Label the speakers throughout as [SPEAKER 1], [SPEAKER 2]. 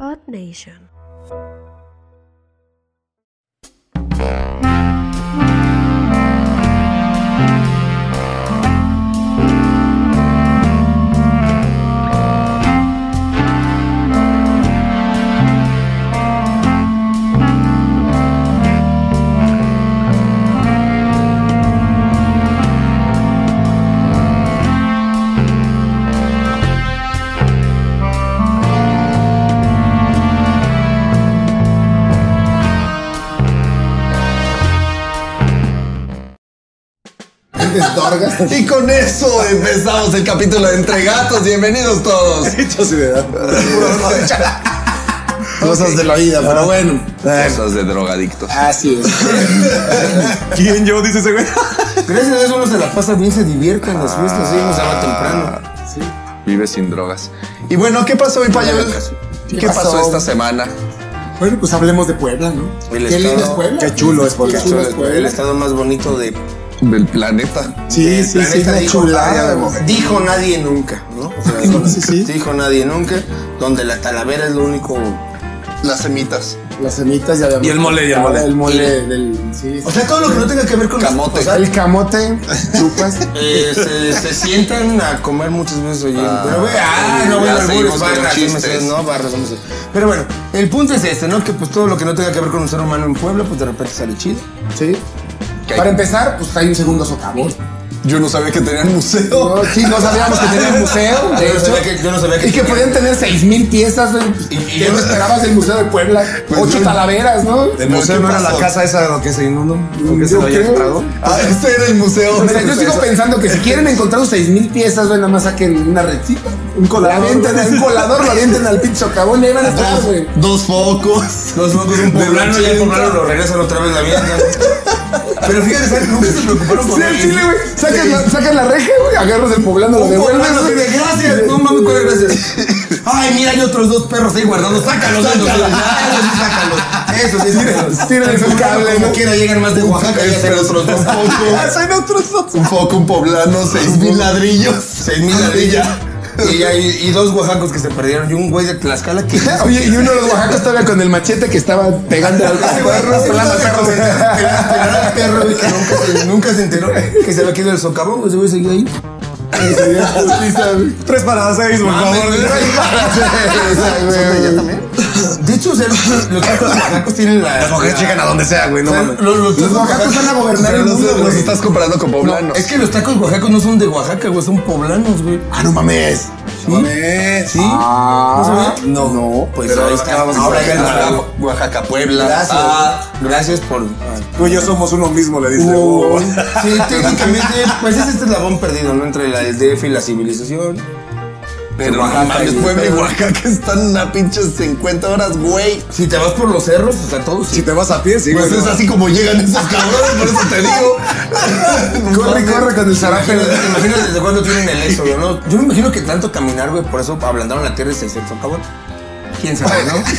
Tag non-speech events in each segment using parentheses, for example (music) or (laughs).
[SPEAKER 1] Earth Nation.
[SPEAKER 2] Y con eso empezamos el capítulo de Entre Gatos. Bienvenidos todos.
[SPEAKER 3] (laughs)
[SPEAKER 4] Hechos y de ah, (laughs)
[SPEAKER 2] Cosas de la vida, pero bueno.
[SPEAKER 3] Cosas de drogadictos.
[SPEAKER 4] Ah, Así es.
[SPEAKER 3] ¿Quién yo? Dice ese
[SPEAKER 2] (laughs)
[SPEAKER 3] güey.
[SPEAKER 4] Gracias a Dios uno se la pasa bien, se divierte en las fiestas, sí, uno se va temprano.
[SPEAKER 3] Vive sin drogas.
[SPEAKER 2] Y bueno, ¿qué pasó hoy, Payo?
[SPEAKER 3] ¿Qué, pasó? esta semana?
[SPEAKER 4] Bueno, pues hablemos de Puebla, ¿no?
[SPEAKER 5] El
[SPEAKER 4] Qué lindo es
[SPEAKER 5] estado,
[SPEAKER 4] Puebla.
[SPEAKER 2] Qué chulo es Puebla.
[SPEAKER 4] Qué chulo es
[SPEAKER 5] el
[SPEAKER 4] Puebla.
[SPEAKER 5] estado más bonito de
[SPEAKER 3] Del planeta.
[SPEAKER 4] Sí, sí, sí,
[SPEAKER 5] planeta,
[SPEAKER 4] una
[SPEAKER 5] dijo,
[SPEAKER 4] chulada.
[SPEAKER 5] nadie-
[SPEAKER 4] güey.
[SPEAKER 5] dijo nadie nunca, ¿no? O sea,
[SPEAKER 4] Sí, sí.
[SPEAKER 5] dijo nadie nunca, donde la talavera es lo único.
[SPEAKER 3] Las semitas.
[SPEAKER 4] Las semitas ya habíamos-
[SPEAKER 3] Y el mole, y el mole.
[SPEAKER 4] Ah, El mole del. Sí, sí.
[SPEAKER 5] O sea, todo lo que no tenga que ver con
[SPEAKER 3] las- Camote.
[SPEAKER 4] O sea, el (laughs) camote, chupas.
[SPEAKER 5] Eh, se, se sientan a comer muchas veces oye.
[SPEAKER 3] Ah,
[SPEAKER 5] pero, güey, ah,
[SPEAKER 3] ya
[SPEAKER 5] no, bueno,
[SPEAKER 3] seguimos con los
[SPEAKER 5] algunos barras, sí me
[SPEAKER 3] chistes.
[SPEAKER 5] sé, no, barras, no me sé. Pero bueno, el punto es este, ¿no? Que pues todo lo que no tenga que ver con un ser humano en Puebla, pues de repente sale chido.
[SPEAKER 4] Sí.
[SPEAKER 3] ¿Qué?
[SPEAKER 4] Para empezar, pues hay un segundo socavón.
[SPEAKER 3] Yo no sabía que tenían museo.
[SPEAKER 4] No, sí, no sabíamos que tenía un (laughs) museo, de
[SPEAKER 5] Ah, Yo no sabía
[SPEAKER 4] hecho.
[SPEAKER 5] que- yo no sabía que
[SPEAKER 4] Y que podían tener 6.000 piezas, güey.
[SPEAKER 5] y
[SPEAKER 4] ¿Qué
[SPEAKER 5] yo-
[SPEAKER 4] no esperabas del Museo de Puebla?
[SPEAKER 2] Pues
[SPEAKER 4] Ocho
[SPEAKER 2] yo-
[SPEAKER 4] talaveras, ¿no?
[SPEAKER 2] El museo no era la casa
[SPEAKER 3] esa de lo que se inundó.
[SPEAKER 4] que se lo haya entrado.
[SPEAKER 2] Ah, este era el museo.
[SPEAKER 4] O sea, yo sigo pensando que si quieren encontrar sus 6.000 piezas, güey, nada más saquen una redcita. Un
[SPEAKER 2] colador.
[SPEAKER 4] La avienten, un colador, lo avienten al pinche socavón y ahí van a estar, güey.
[SPEAKER 2] Dos, dos focos.
[SPEAKER 5] Los locos un
[SPEAKER 2] De
[SPEAKER 5] poblano ya
[SPEAKER 2] ochenta.
[SPEAKER 5] compraron, lo regresan otra vez la mierda.
[SPEAKER 2] (laughs)
[SPEAKER 5] Pero fíjate, ¿sabes? Nunca se preocuparon por
[SPEAKER 4] Sí, al
[SPEAKER 5] él.
[SPEAKER 4] chile, güey. Sacan, la, sacan la reja, güey. Agarras el poblano, lo
[SPEAKER 5] Un
[SPEAKER 4] devuelves.
[SPEAKER 5] poblano
[SPEAKER 4] güey.
[SPEAKER 5] así de, gracias, no mames, ¿cuál es gracias? Ay, mira, hay otros dos perros ahí guardados, sácalos, sácalos, sácalos, eso sí, sácalos.
[SPEAKER 4] Tiran el
[SPEAKER 5] Como
[SPEAKER 4] cable, ¿no?
[SPEAKER 5] quiera llegan más de Oaxaca, ya serán otros dos.
[SPEAKER 2] Un (laughs)
[SPEAKER 4] Ah.
[SPEAKER 2] foco.
[SPEAKER 4] Hacen otros dos.
[SPEAKER 2] Un foco, un poblano, seis mil ladrillos.
[SPEAKER 5] Seis mil ladrillas. Y, hay- y dos oaxacos que se perdieron y un güey de Tlaxcala que...
[SPEAKER 2] (laughs)
[SPEAKER 4] Oye, y uno de los oaxacos todavía con el machete que estaba pegando (laughs) al perro, pelando al perro, güey.
[SPEAKER 5] Era el perro güey, que nunca se, nunca se enteró que se había quedado el socavón, güey, ese güey seguía ahí.
[SPEAKER 3] Tres para seis, por
[SPEAKER 5] De hecho, o sea, los, los tacos oaxacos tienen la.
[SPEAKER 3] Las mujeres
[SPEAKER 5] la-
[SPEAKER 3] llegan a donde sea, güey. No
[SPEAKER 5] o sea,
[SPEAKER 3] mames.
[SPEAKER 5] los, los
[SPEAKER 4] Los
[SPEAKER 5] tacos
[SPEAKER 4] oaxacos van a gobernar el
[SPEAKER 2] Pero no
[SPEAKER 4] mundo,
[SPEAKER 2] sé,
[SPEAKER 4] güey.
[SPEAKER 2] los estás comparando con poblanos.
[SPEAKER 5] Es que los tacos oaxacos no son de Oaxaca, güey, son poblanos, güey.
[SPEAKER 4] Ah, no mames.
[SPEAKER 5] ¿Sí? ¿Sí?
[SPEAKER 4] Ah,
[SPEAKER 5] sabía?
[SPEAKER 4] no, no, pues.
[SPEAKER 5] Pero ahí está. Ahora ya
[SPEAKER 3] Oaxaca,
[SPEAKER 5] la-
[SPEAKER 3] Oaxaca, Puebla.
[SPEAKER 5] Gracias.
[SPEAKER 3] Ah,
[SPEAKER 5] gracias por.
[SPEAKER 3] Tú y yo somos uno mismo, le dice.
[SPEAKER 5] Oh, sí, técnicamente, pues es este eslabón perdido, ¿no? Entre la, el DF y la civilización.
[SPEAKER 3] Pero
[SPEAKER 5] Oaxaca,
[SPEAKER 3] no mames,
[SPEAKER 5] güey.
[SPEAKER 2] Puebla y
[SPEAKER 3] Puebla.
[SPEAKER 2] Oaxaca están a pinches 50 horas, güey.
[SPEAKER 5] Si te vas por los cerros, o sea, todos.
[SPEAKER 3] Si te vas a pie, sí,
[SPEAKER 2] Pues
[SPEAKER 3] güey.
[SPEAKER 2] es así como llegan esos cabrones, por eso (laughs) te digo.
[SPEAKER 4] Corre, corre con el zarape.
[SPEAKER 5] Imagínate, ¿te imaginas desde cuándo tienen el eso, güey, ¿no? Yo me imagino que tanto caminar, güey, por eso ablandaron la tierra y se hizo cabrón. ¿Quién sabe, no? La verdad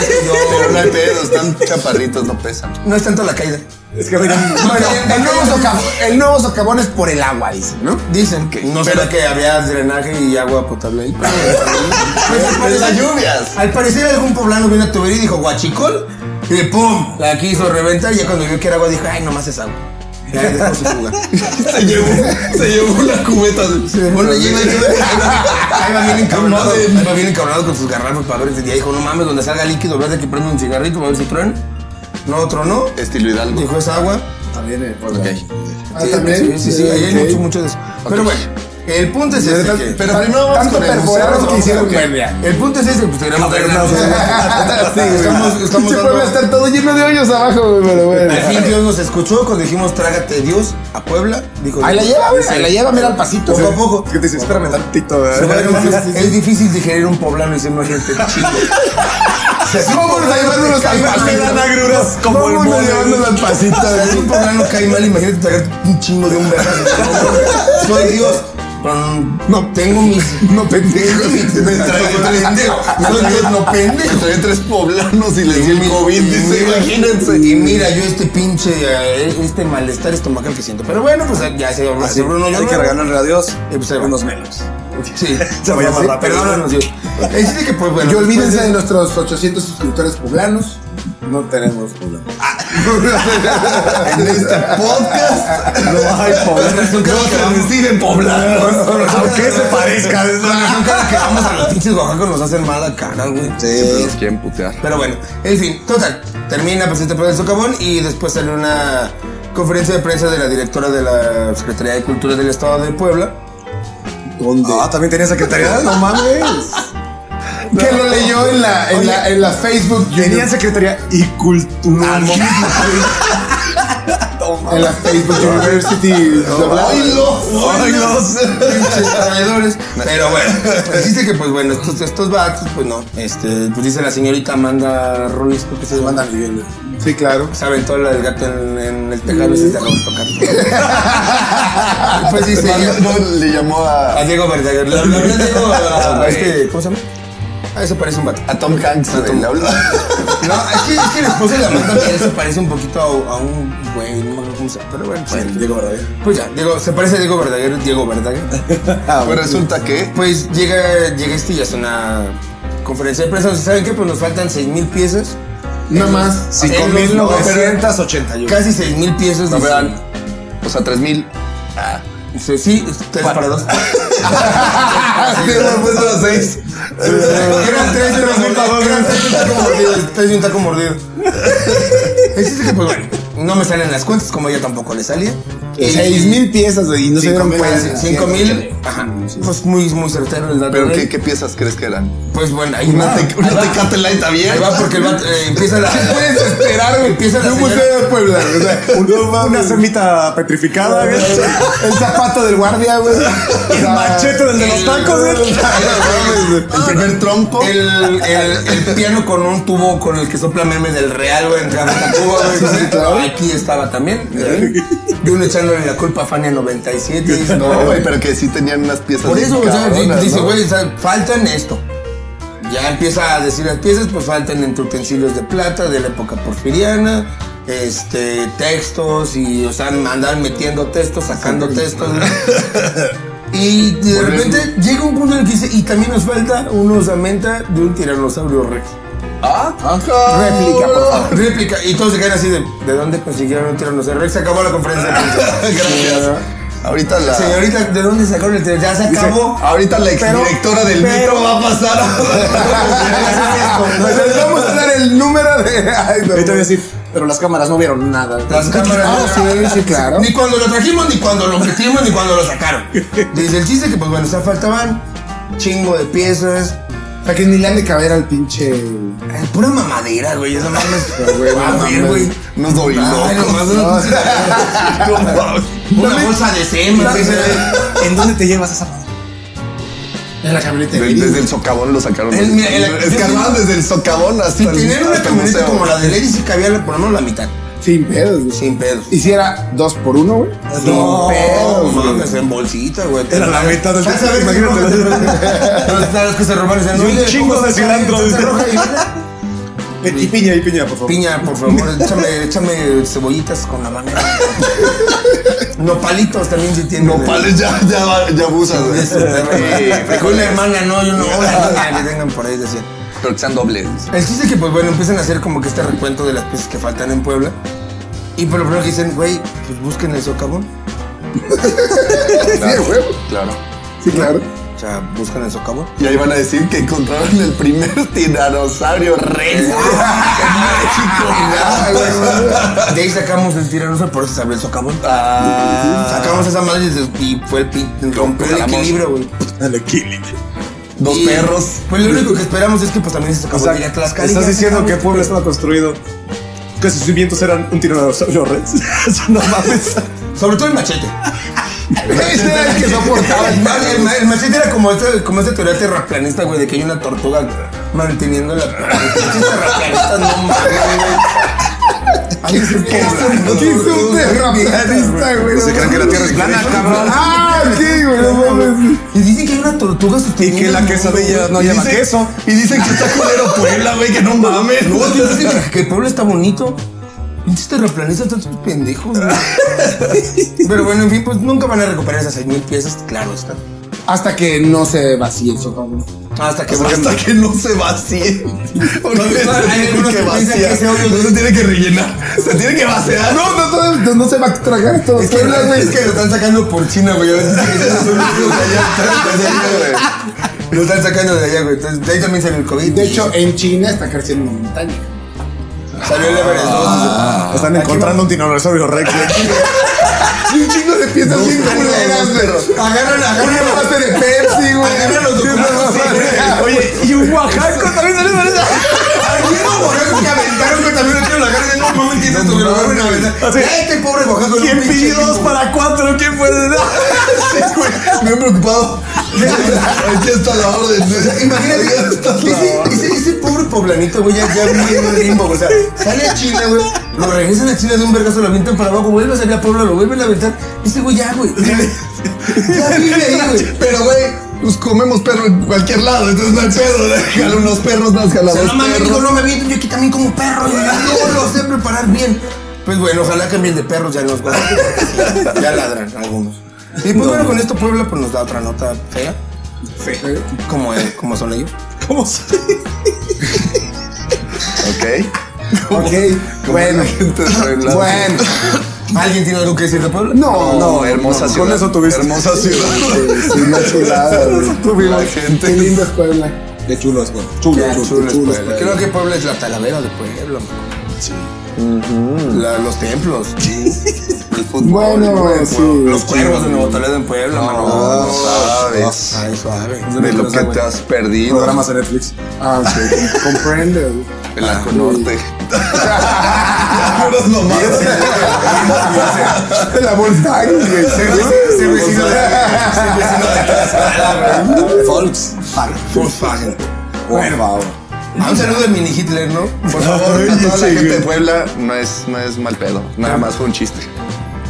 [SPEAKER 5] es que
[SPEAKER 2] Pero
[SPEAKER 5] yo-
[SPEAKER 2] no hay pedo, están chaparritos, no pesan.
[SPEAKER 5] No es tanto la caída.
[SPEAKER 3] Es que
[SPEAKER 5] (laughs)
[SPEAKER 3] oigan,
[SPEAKER 4] Bueno, el nuevo, socavón, el nuevo socavón es por el agua, dice, ¿no?
[SPEAKER 5] Dicen que. No será que había drenaje y agua potable ahí. (laughs) Pues,
[SPEAKER 2] (laughs)
[SPEAKER 5] al
[SPEAKER 2] Pero las
[SPEAKER 5] parecer-
[SPEAKER 2] lluvias.
[SPEAKER 5] Al parecer algún poblano vino a tubería y dijo guachicol. Y de pum, la quiso reventar y ya cuando vio que era agua dijo, ay, nomás es agua. Y ahí dejó su lugar.
[SPEAKER 2] Se llevó, se llevó la cubeta.
[SPEAKER 5] (laughs) Bueno, y ahí va- (laughs) ahí va bien encabronado.
[SPEAKER 2] No mames.
[SPEAKER 5] Ahí va bien encabronado con sus garrafas para ver si día dijo, no mames, donde salga líquido verde que prende un cigarrito para ver si truena. No, otro no.
[SPEAKER 2] Estilo Hidalgo.
[SPEAKER 5] Dijo, es agua.
[SPEAKER 4] También eh,
[SPEAKER 5] pues,
[SPEAKER 4] por la- Ah,
[SPEAKER 5] Sí,
[SPEAKER 4] también.
[SPEAKER 5] Sí, sí, sí, ahí hay
[SPEAKER 4] Ok.
[SPEAKER 5] mucho, mucho de eso. Pero bueno, el punto es este. que-
[SPEAKER 2] Pero primero vamos
[SPEAKER 4] Tanto
[SPEAKER 2] con el museo.
[SPEAKER 4] perforaron que
[SPEAKER 2] vamos
[SPEAKER 4] hicieron
[SPEAKER 2] con el-
[SPEAKER 4] Puebla.
[SPEAKER 5] El punto es ese, pues tenemos
[SPEAKER 3] Cavernas,
[SPEAKER 5] (laughs)
[SPEAKER 2] güey.
[SPEAKER 5] Estamos, estamos
[SPEAKER 4] Pinche
[SPEAKER 5] dando-
[SPEAKER 4] Puebla está todo lleno de hoyos abajo, güey, pero bueno.
[SPEAKER 5] Al fin Dios nos escuchó cuando dijimos trágate Dios a Puebla. Dijo,
[SPEAKER 4] Ahí la lleva, güey.
[SPEAKER 5] dice,
[SPEAKER 4] Ahí la lleva, mira al pasito.
[SPEAKER 5] Poco a poco.
[SPEAKER 3] ¿Qué te dice? Espérame tantito,
[SPEAKER 5] Se va a
[SPEAKER 3] ¿verdad?
[SPEAKER 5] ver, no mames, Es difícil digerir un poblano y se me gente chido.
[SPEAKER 4] Vámonos a llevárnoslos al
[SPEAKER 3] Me dan
[SPEAKER 4] pasito.
[SPEAKER 3] agruras como el
[SPEAKER 4] Vámonos
[SPEAKER 3] mole.
[SPEAKER 4] llevándolos al pasito.
[SPEAKER 5] O sea,
[SPEAKER 3] (laughs)
[SPEAKER 5] si un poblano cae mal, imagínate tragarte un chingo de un verano. Soy Dios. No, tengo mis.
[SPEAKER 4] No, pendejo.
[SPEAKER 2] Me tragué tres-
[SPEAKER 5] Soy Dios, no pendejo.
[SPEAKER 2] me tragué tres poblanos y les di el COVID. Dice, imagínense.
[SPEAKER 5] Y mira yo este pinche, eh, este malestar estomacal que siento. Pero bueno, pues ya se
[SPEAKER 3] Ah,
[SPEAKER 4] Ah,
[SPEAKER 5] habló.
[SPEAKER 3] Así,
[SPEAKER 5] no,
[SPEAKER 3] hay que regalarle a Dios
[SPEAKER 5] Eh, pues, ahí va.
[SPEAKER 3] unos menos.
[SPEAKER 5] Sí.
[SPEAKER 3] (laughs) Se va a llamar
[SPEAKER 5] Sí,
[SPEAKER 3] la
[SPEAKER 5] Perdónanos, Dios. El chiste es que, pues, bueno.
[SPEAKER 4] Y olvídense de
[SPEAKER 5] después
[SPEAKER 4] nuestros 800 suscriptores poblanos.
[SPEAKER 3] No tenemos problema.
[SPEAKER 2] En este podcast
[SPEAKER 3] No hay problema.
[SPEAKER 2] no se reciben poblanos. Aunque se parezca.
[SPEAKER 5] de-
[SPEAKER 3] Ah.
[SPEAKER 5] No, no, cada que vamos a los pinches Oaxacos nos hacen mala cara, güey.
[SPEAKER 3] Sí,
[SPEAKER 1] Nos quieren putear.
[SPEAKER 5] Pero bueno, en fin, total. Termina pues este programa del socavón y después sale una conferencia de prensa de la directora de la Secretaría de Cultura del Estado de Puebla.
[SPEAKER 3] ¿Dónde? Ah, también tenía secretariado. No mames.
[SPEAKER 4] Que lo leyó en la, en
[SPEAKER 3] Oye.
[SPEAKER 4] la, en la Facebook
[SPEAKER 3] Tenían
[SPEAKER 4] Junior. Ah,
[SPEAKER 3] secretaría y cultura. al mismo
[SPEAKER 4] (laughs)
[SPEAKER 3] tiempo. Toma.
[SPEAKER 4] En la Facebook University.
[SPEAKER 2] Oílo,
[SPEAKER 5] Oilos, (laughs) pinches traidores. Pero bueno, pues dice que pues bueno, estos, estos vatos, pues no. Este, pues dice la señorita Amanda Ruiz, porque se llama.
[SPEAKER 3] Manda Miguel.
[SPEAKER 4] Sí, claro.
[SPEAKER 5] Saben todo la del gato en, en el tejado y se acabó de (laughs) tocar. pues dice.
[SPEAKER 1] No, le llamó a.
[SPEAKER 5] A Diego Verdaguer. Le hablé a Diego. A, a este, ¿Cómo se llama? Ah, ese parece un vato.
[SPEAKER 1] A Tom Hanks, güey, le habló.
[SPEAKER 3] Ah,
[SPEAKER 5] No, es que, es que el esposo de Amanda Miguel se parece un poquito a, a un güey, no me acuerdo cómo se llama, pero bueno. pues,
[SPEAKER 3] Diego Verdaguer.
[SPEAKER 5] Pues ya, Diego, se parece a Diego Verdaguer, Diego Verdaguer.
[SPEAKER 1] Pues resulta que.
[SPEAKER 5] Pues llega, llega este y hace una conferencia de prensa. donde, ¿Saben qué? Pues nos faltan 6 mil piezas.
[SPEAKER 4] Nada más.
[SPEAKER 5] Sí, con mil Casi 6 mil piezas.
[SPEAKER 1] No
[SPEAKER 5] dice.
[SPEAKER 1] vean. O sea, 3000.
[SPEAKER 5] Dice, sí, tres para dos. (laughs)
[SPEAKER 2] Hemos puesto las seis.
[SPEAKER 5] Eran tres de los mil tacos, eran tres de un taco mordido, tres de un taco mordido. El chiste es que, pues bueno, no me salen las cuentas, como ella tampoco le salía. Y-
[SPEAKER 4] Seis mil piezas güey, y no se
[SPEAKER 3] Cinco
[SPEAKER 4] dieron
[SPEAKER 3] mil,
[SPEAKER 4] cuenta.
[SPEAKER 3] sí.
[SPEAKER 5] Cinco mil, ajá, pues muy, muy certero el dato.
[SPEAKER 1] ¿Pero
[SPEAKER 5] de
[SPEAKER 1] qué,
[SPEAKER 5] él.
[SPEAKER 1] qué piezas crees que eran?
[SPEAKER 5] Pues bueno, ahí va,
[SPEAKER 2] Una tecate light
[SPEAKER 5] ahí
[SPEAKER 2] abierta.
[SPEAKER 5] (laughs) va porque el vato, eh, empieza (laughs) la... puedes esperar, Empieza la
[SPEAKER 4] Un
[SPEAKER 5] señora-
[SPEAKER 4] museo de Puebla. o
[SPEAKER 5] (laughs)
[SPEAKER 4] sea,
[SPEAKER 3] Una semita petrificada, güey.
[SPEAKER 5] (laughs)
[SPEAKER 4] el zapato del guardia, güey.
[SPEAKER 3] El machete del de los tacos, ¿eh?
[SPEAKER 4] (laughs)
[SPEAKER 3] güey.
[SPEAKER 2] El primer trompo.
[SPEAKER 5] (laughs) el, el, el piano con un tubo con el que sopla memes del real, güey, en cada tubo, güey. Aquí estaba también. ¿eh? (laughs) Y uno echándole la culpa a Fania 97. dice, (laughs)
[SPEAKER 1] No, güey, pero que sí tenían unas piezas.
[SPEAKER 5] Por
[SPEAKER 1] bien
[SPEAKER 5] eso, o sea,
[SPEAKER 1] cabronas,
[SPEAKER 5] dice,
[SPEAKER 1] ¿no?
[SPEAKER 5] güey, o sea, faltan esto. Ya empieza a decir las piezas, pues faltan entre utensilios de plata de la época porfiriana, este, textos y, o sea, andan metiendo textos, sacando textos.
[SPEAKER 4] (laughs)
[SPEAKER 5] ¿no? Y de repente llega un punto en el que dice, y también nos falta una osamenta de un tiranosaurio rex. Oh.
[SPEAKER 1] Ah, ajá.
[SPEAKER 4] Réplica, por favor.
[SPEAKER 5] Réplica. Y todos se quedan así de, ¿de dónde consiguieron un tiranosaurio rex? Se acabó
[SPEAKER 4] (laughs)
[SPEAKER 5] la conferencia. de prensa.
[SPEAKER 1] Gracias. Ahorita la.
[SPEAKER 5] Señorita, ¿de dónde sacaron el tiranosaurio? Ya se acabó.
[SPEAKER 1] Ahorita la
[SPEAKER 2] Directora del
[SPEAKER 5] pero-
[SPEAKER 2] metro va a
[SPEAKER 5] (laughs)
[SPEAKER 2] pasar.
[SPEAKER 4] Les vamos a dar el número de. Ay, no.
[SPEAKER 3] Ahorita voy a decir, pero las cámaras no vieron nada.
[SPEAKER 5] Las cámaras.
[SPEAKER 4] Ah, sí, sí, claro.
[SPEAKER 5] Ni cuando lo trajimos, ni cuando lo metimos, ni cuando lo sacaron. Desde el chiste que, pues bueno, o sea, faltaban chingo de piezas.
[SPEAKER 4] Para que ni le han de caber al pinche.
[SPEAKER 5] Ay, Pura mamadera, güey. Esa mames.
[SPEAKER 4] güey, no
[SPEAKER 5] A ver,
[SPEAKER 4] mames.
[SPEAKER 5] güey.
[SPEAKER 1] No soy
[SPEAKER 5] Ay,
[SPEAKER 1] loco.
[SPEAKER 5] nomás
[SPEAKER 1] (laughs)
[SPEAKER 5] una pinche- Una bolsa de semen. güey.
[SPEAKER 3] ¿En dónde te llevas esa
[SPEAKER 4] En la camioneta.
[SPEAKER 1] Del- Desde el socavón lo sacaron.
[SPEAKER 5] El- mira, el-
[SPEAKER 1] Escarbaron desde el socavón hasta
[SPEAKER 5] Si
[SPEAKER 1] el-
[SPEAKER 5] tenían una
[SPEAKER 1] hasta el
[SPEAKER 5] camioneta
[SPEAKER 1] museo.
[SPEAKER 5] como la de Lady, sí cabía por lo menos la mitad.
[SPEAKER 4] Sin pedos, güey.
[SPEAKER 5] Sin pedos.
[SPEAKER 4] Hiciera dos por uno, güey.
[SPEAKER 5] No,
[SPEAKER 4] pedos, güey.
[SPEAKER 5] mames, en bolsita, güey.
[SPEAKER 3] Era la mitad del
[SPEAKER 5] Ya
[SPEAKER 3] tiempo,
[SPEAKER 5] sabes,
[SPEAKER 3] imagínate.
[SPEAKER 5] Pero está las que se robaron. dicen,
[SPEAKER 3] Y un
[SPEAKER 5] "Oye,
[SPEAKER 3] chingo
[SPEAKER 5] ¿cómo
[SPEAKER 3] de
[SPEAKER 5] se sabe
[SPEAKER 3] cilantro,
[SPEAKER 5] que está
[SPEAKER 3] dice.
[SPEAKER 5] roja y verde?"
[SPEAKER 3] Y piña, y piña, por favor.
[SPEAKER 5] Piña, por favor, échame, échame cebollitas con la manera. Nopalitos también si tiene.
[SPEAKER 1] Nopales ya, ya, ya abusas, güey. Sí,
[SPEAKER 5] Dijo una hermana, no, yo no, la niña que tengan por ahí, decía.
[SPEAKER 1] Pero que sean dobles.
[SPEAKER 5] El chiste es que, pues bueno, empiezan a hacer como que este recuento de las piezas que faltan en Puebla. Y por lo primero que dicen, güey, pues busquen el socavón.
[SPEAKER 1] Claro, claro.
[SPEAKER 4] Sí, claro.
[SPEAKER 5] O sea, buscan el socavón.
[SPEAKER 1] Y ahí van a decir que encontraron el primer tiranosaurio rex.
[SPEAKER 2] Eh.
[SPEAKER 5] Ah, güey, güey. De ahí sacamos el tiranosaurio, por eso se abrió el socavón. Sacamos esa madre y se- y fue el pin, rompió el
[SPEAKER 1] jalamos.
[SPEAKER 5] equilibrio, güey.
[SPEAKER 3] Al equilibrio.
[SPEAKER 1] Dos
[SPEAKER 5] Y,
[SPEAKER 1] perros.
[SPEAKER 5] Pues lo único que esperamos es que pues también se
[SPEAKER 3] O
[SPEAKER 5] socavón
[SPEAKER 3] sea,
[SPEAKER 5] llegue a Tlaxcala. y
[SPEAKER 3] estás
[SPEAKER 5] ya
[SPEAKER 3] diciendo que
[SPEAKER 5] sacamos.
[SPEAKER 3] Puebla estaba construido. Que sus cimientos eran un tiranosaurio
[SPEAKER 4] (laughs)
[SPEAKER 3] rex. Eso no mames.
[SPEAKER 5] Sobre todo el machete.
[SPEAKER 4] Ese era el que soportaba.
[SPEAKER 5] El, ma- el ma- el machete era como esta, como esta teoría terraplanista, güey, de que hay una tortuga manteniendo la. Pinches terraplanistas, no mames, güey. ¿Qué
[SPEAKER 4] No tienes un terraplanista, güey.
[SPEAKER 3] Se creen que la Tierra es plana, cabrón.
[SPEAKER 4] Ah, sí, güey. No mames.
[SPEAKER 5] Y dicen que hay una tortuga
[SPEAKER 3] Y
[SPEAKER 5] sosteniendo.
[SPEAKER 3] que la
[SPEAKER 5] el
[SPEAKER 3] quesadilla
[SPEAKER 5] mundo,
[SPEAKER 3] no
[SPEAKER 5] güey.
[SPEAKER 3] lleva
[SPEAKER 5] Dicen-
[SPEAKER 3] queso.
[SPEAKER 1] Y dicen que está culero Puebla, güey, que no mames.
[SPEAKER 5] No, tío, dicen que, que el pueblo está bonito. Pinches terraplanistas están sus pendejos, güey. Pero bueno, en fin, pues nunca van a recuperar esas 6.000 piezas, claro está.
[SPEAKER 4] Hasta que no se vacíe el sofá, güey.
[SPEAKER 5] Hasta que
[SPEAKER 2] Hasta que no se vacíe. Uno se
[SPEAKER 5] hay
[SPEAKER 2] tiene
[SPEAKER 5] algunos
[SPEAKER 2] que
[SPEAKER 5] que piensan que
[SPEAKER 2] vaciar.
[SPEAKER 5] ese hoyo-
[SPEAKER 2] No se tiene que rellenar. Se tiene que vaciar.
[SPEAKER 4] No, no, no, no, no se va a tragar todo.
[SPEAKER 5] Es que,
[SPEAKER 4] todo, güey.
[SPEAKER 5] es que lo están sacando por China, güey. A veces dicen que esos son los tíos allá, de allá, güey. Lo están sacando de allá, güey. Entonces, de ahí también salió el COVID.
[SPEAKER 4] De hecho, en China está creciendo una montaña.
[SPEAKER 5] salió el Everest 2.
[SPEAKER 3] Están encontrando un tiranosaurio rex.
[SPEAKER 4] Y un chingo de piezas bien culeras, pero.
[SPEAKER 5] Agarran, agarran.
[SPEAKER 4] Una base de Pepsi, güey.
[SPEAKER 5] Agarran los documentos, sí, güey.
[SPEAKER 3] Oye, y un Oaxaco también salió de esa.
[SPEAKER 5] Algunos oaxacos que aventaron que también lo quiero la cara. No, no entiendes esto, me lo vuelven a aventar.
[SPEAKER 3] O sea,
[SPEAKER 5] Este pobre oaxaco. es un
[SPEAKER 3] ¿Quién
[SPEAKER 5] pinche
[SPEAKER 3] pidió dos
[SPEAKER 5] equipo.
[SPEAKER 3] para cuatro? ¿Quién fue?
[SPEAKER 2] Me he preocupado. Aquí está la orden.
[SPEAKER 5] Imagínate, ese, ese, ese pobre poblanito, güey, ya, ya vive en un limbo, o sea, sale a China, güey, lo regresan a China de un vergazo, lo avientan para abajo, vuelve a salir a Puebla, lo vuelven a aventar, ese güey ya, güey, ya, ya vive ahí, güey.
[SPEAKER 2] Pero, güey, pues comemos perro en cualquier lado. Entonces no hay pedo. Déjale unos perros, más jala
[SPEAKER 5] O sea,
[SPEAKER 2] dos
[SPEAKER 5] no mames, digo,
[SPEAKER 2] perros.
[SPEAKER 5] no me aviento, yo aquí también como perro, yo no lo sé preparar bien. Pues bueno, ojalá cambien de perros ya los guardan. Ya ladran algunos. Y pues bueno, con esto Puebla pues nos da otra nota fea. Fea. Como, eh, como son ellos.
[SPEAKER 3] ¿Cómo se-
[SPEAKER 1] Ok.
[SPEAKER 4] Ok, bueno. Bueno.
[SPEAKER 5] ¿Alguien tiene algo que decir de Puebla?
[SPEAKER 4] No,
[SPEAKER 1] No, hermosa ciudad.
[SPEAKER 3] Con eso tuviste.
[SPEAKER 1] Hermosa ciudad.
[SPEAKER 4] Sí, sí, una chulada, güey.
[SPEAKER 1] La
[SPEAKER 4] Qué
[SPEAKER 1] gente.
[SPEAKER 4] lindo es Puebla.
[SPEAKER 3] De chulo es bueno. Chulo,
[SPEAKER 5] Ya,
[SPEAKER 3] chulo,
[SPEAKER 5] chulo es
[SPEAKER 3] chulo es
[SPEAKER 5] Puebla. Creo que Puebla es la talavera de Puebla. Sí. los templos. (laughs)
[SPEAKER 1] El fútbol.
[SPEAKER 4] Bueno, sí.
[SPEAKER 5] Los cuervos de Nuevo Toledo en Puebla, mano.
[SPEAKER 1] No sabes Ah,
[SPEAKER 5] Ay, suave.
[SPEAKER 1] de lo que te has perdido.
[SPEAKER 3] Programas de Netflix.
[SPEAKER 4] Ah, ok, comprendo. güey.
[SPEAKER 1] El Aco Norte.
[SPEAKER 4] La Volkswagen, güey.
[SPEAKER 5] Se vecino de se vecino de Tlaxcala, güey. Volks. Volkswagen.
[SPEAKER 3] Bueno,
[SPEAKER 5] Ah, Un saludo de mini Hitler, ¿no?
[SPEAKER 1] Por favor, a toda la gente de Puebla no es, no es mal pedo. Nada más fue un chiste.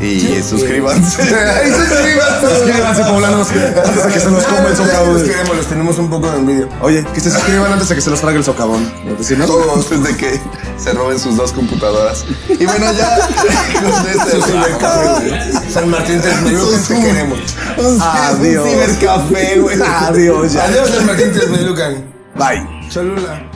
[SPEAKER 1] Y
[SPEAKER 5] (laughs)
[SPEAKER 1] suscríbanse.
[SPEAKER 4] Ahí se escriba todo.
[SPEAKER 3] Suscríbanse, poblanos, antes de que se nos coma el
[SPEAKER 5] Los
[SPEAKER 3] socavón.
[SPEAKER 5] queremos, los tenemos un poco de envidia.
[SPEAKER 3] Oye, que se suscriban antes de que se los trague el socavón. Si no,
[SPEAKER 1] Todo antes de que se roben sus dos computadoras. Y bueno, ya. con este
[SPEAKER 5] San Martín Texmelucas, te queremos.
[SPEAKER 3] Adiós.
[SPEAKER 1] Un cibercafé, güey.
[SPEAKER 3] adiós ya.
[SPEAKER 5] Adiós, San Martín Texmelucan.
[SPEAKER 3] Bye.
[SPEAKER 5] Cholula.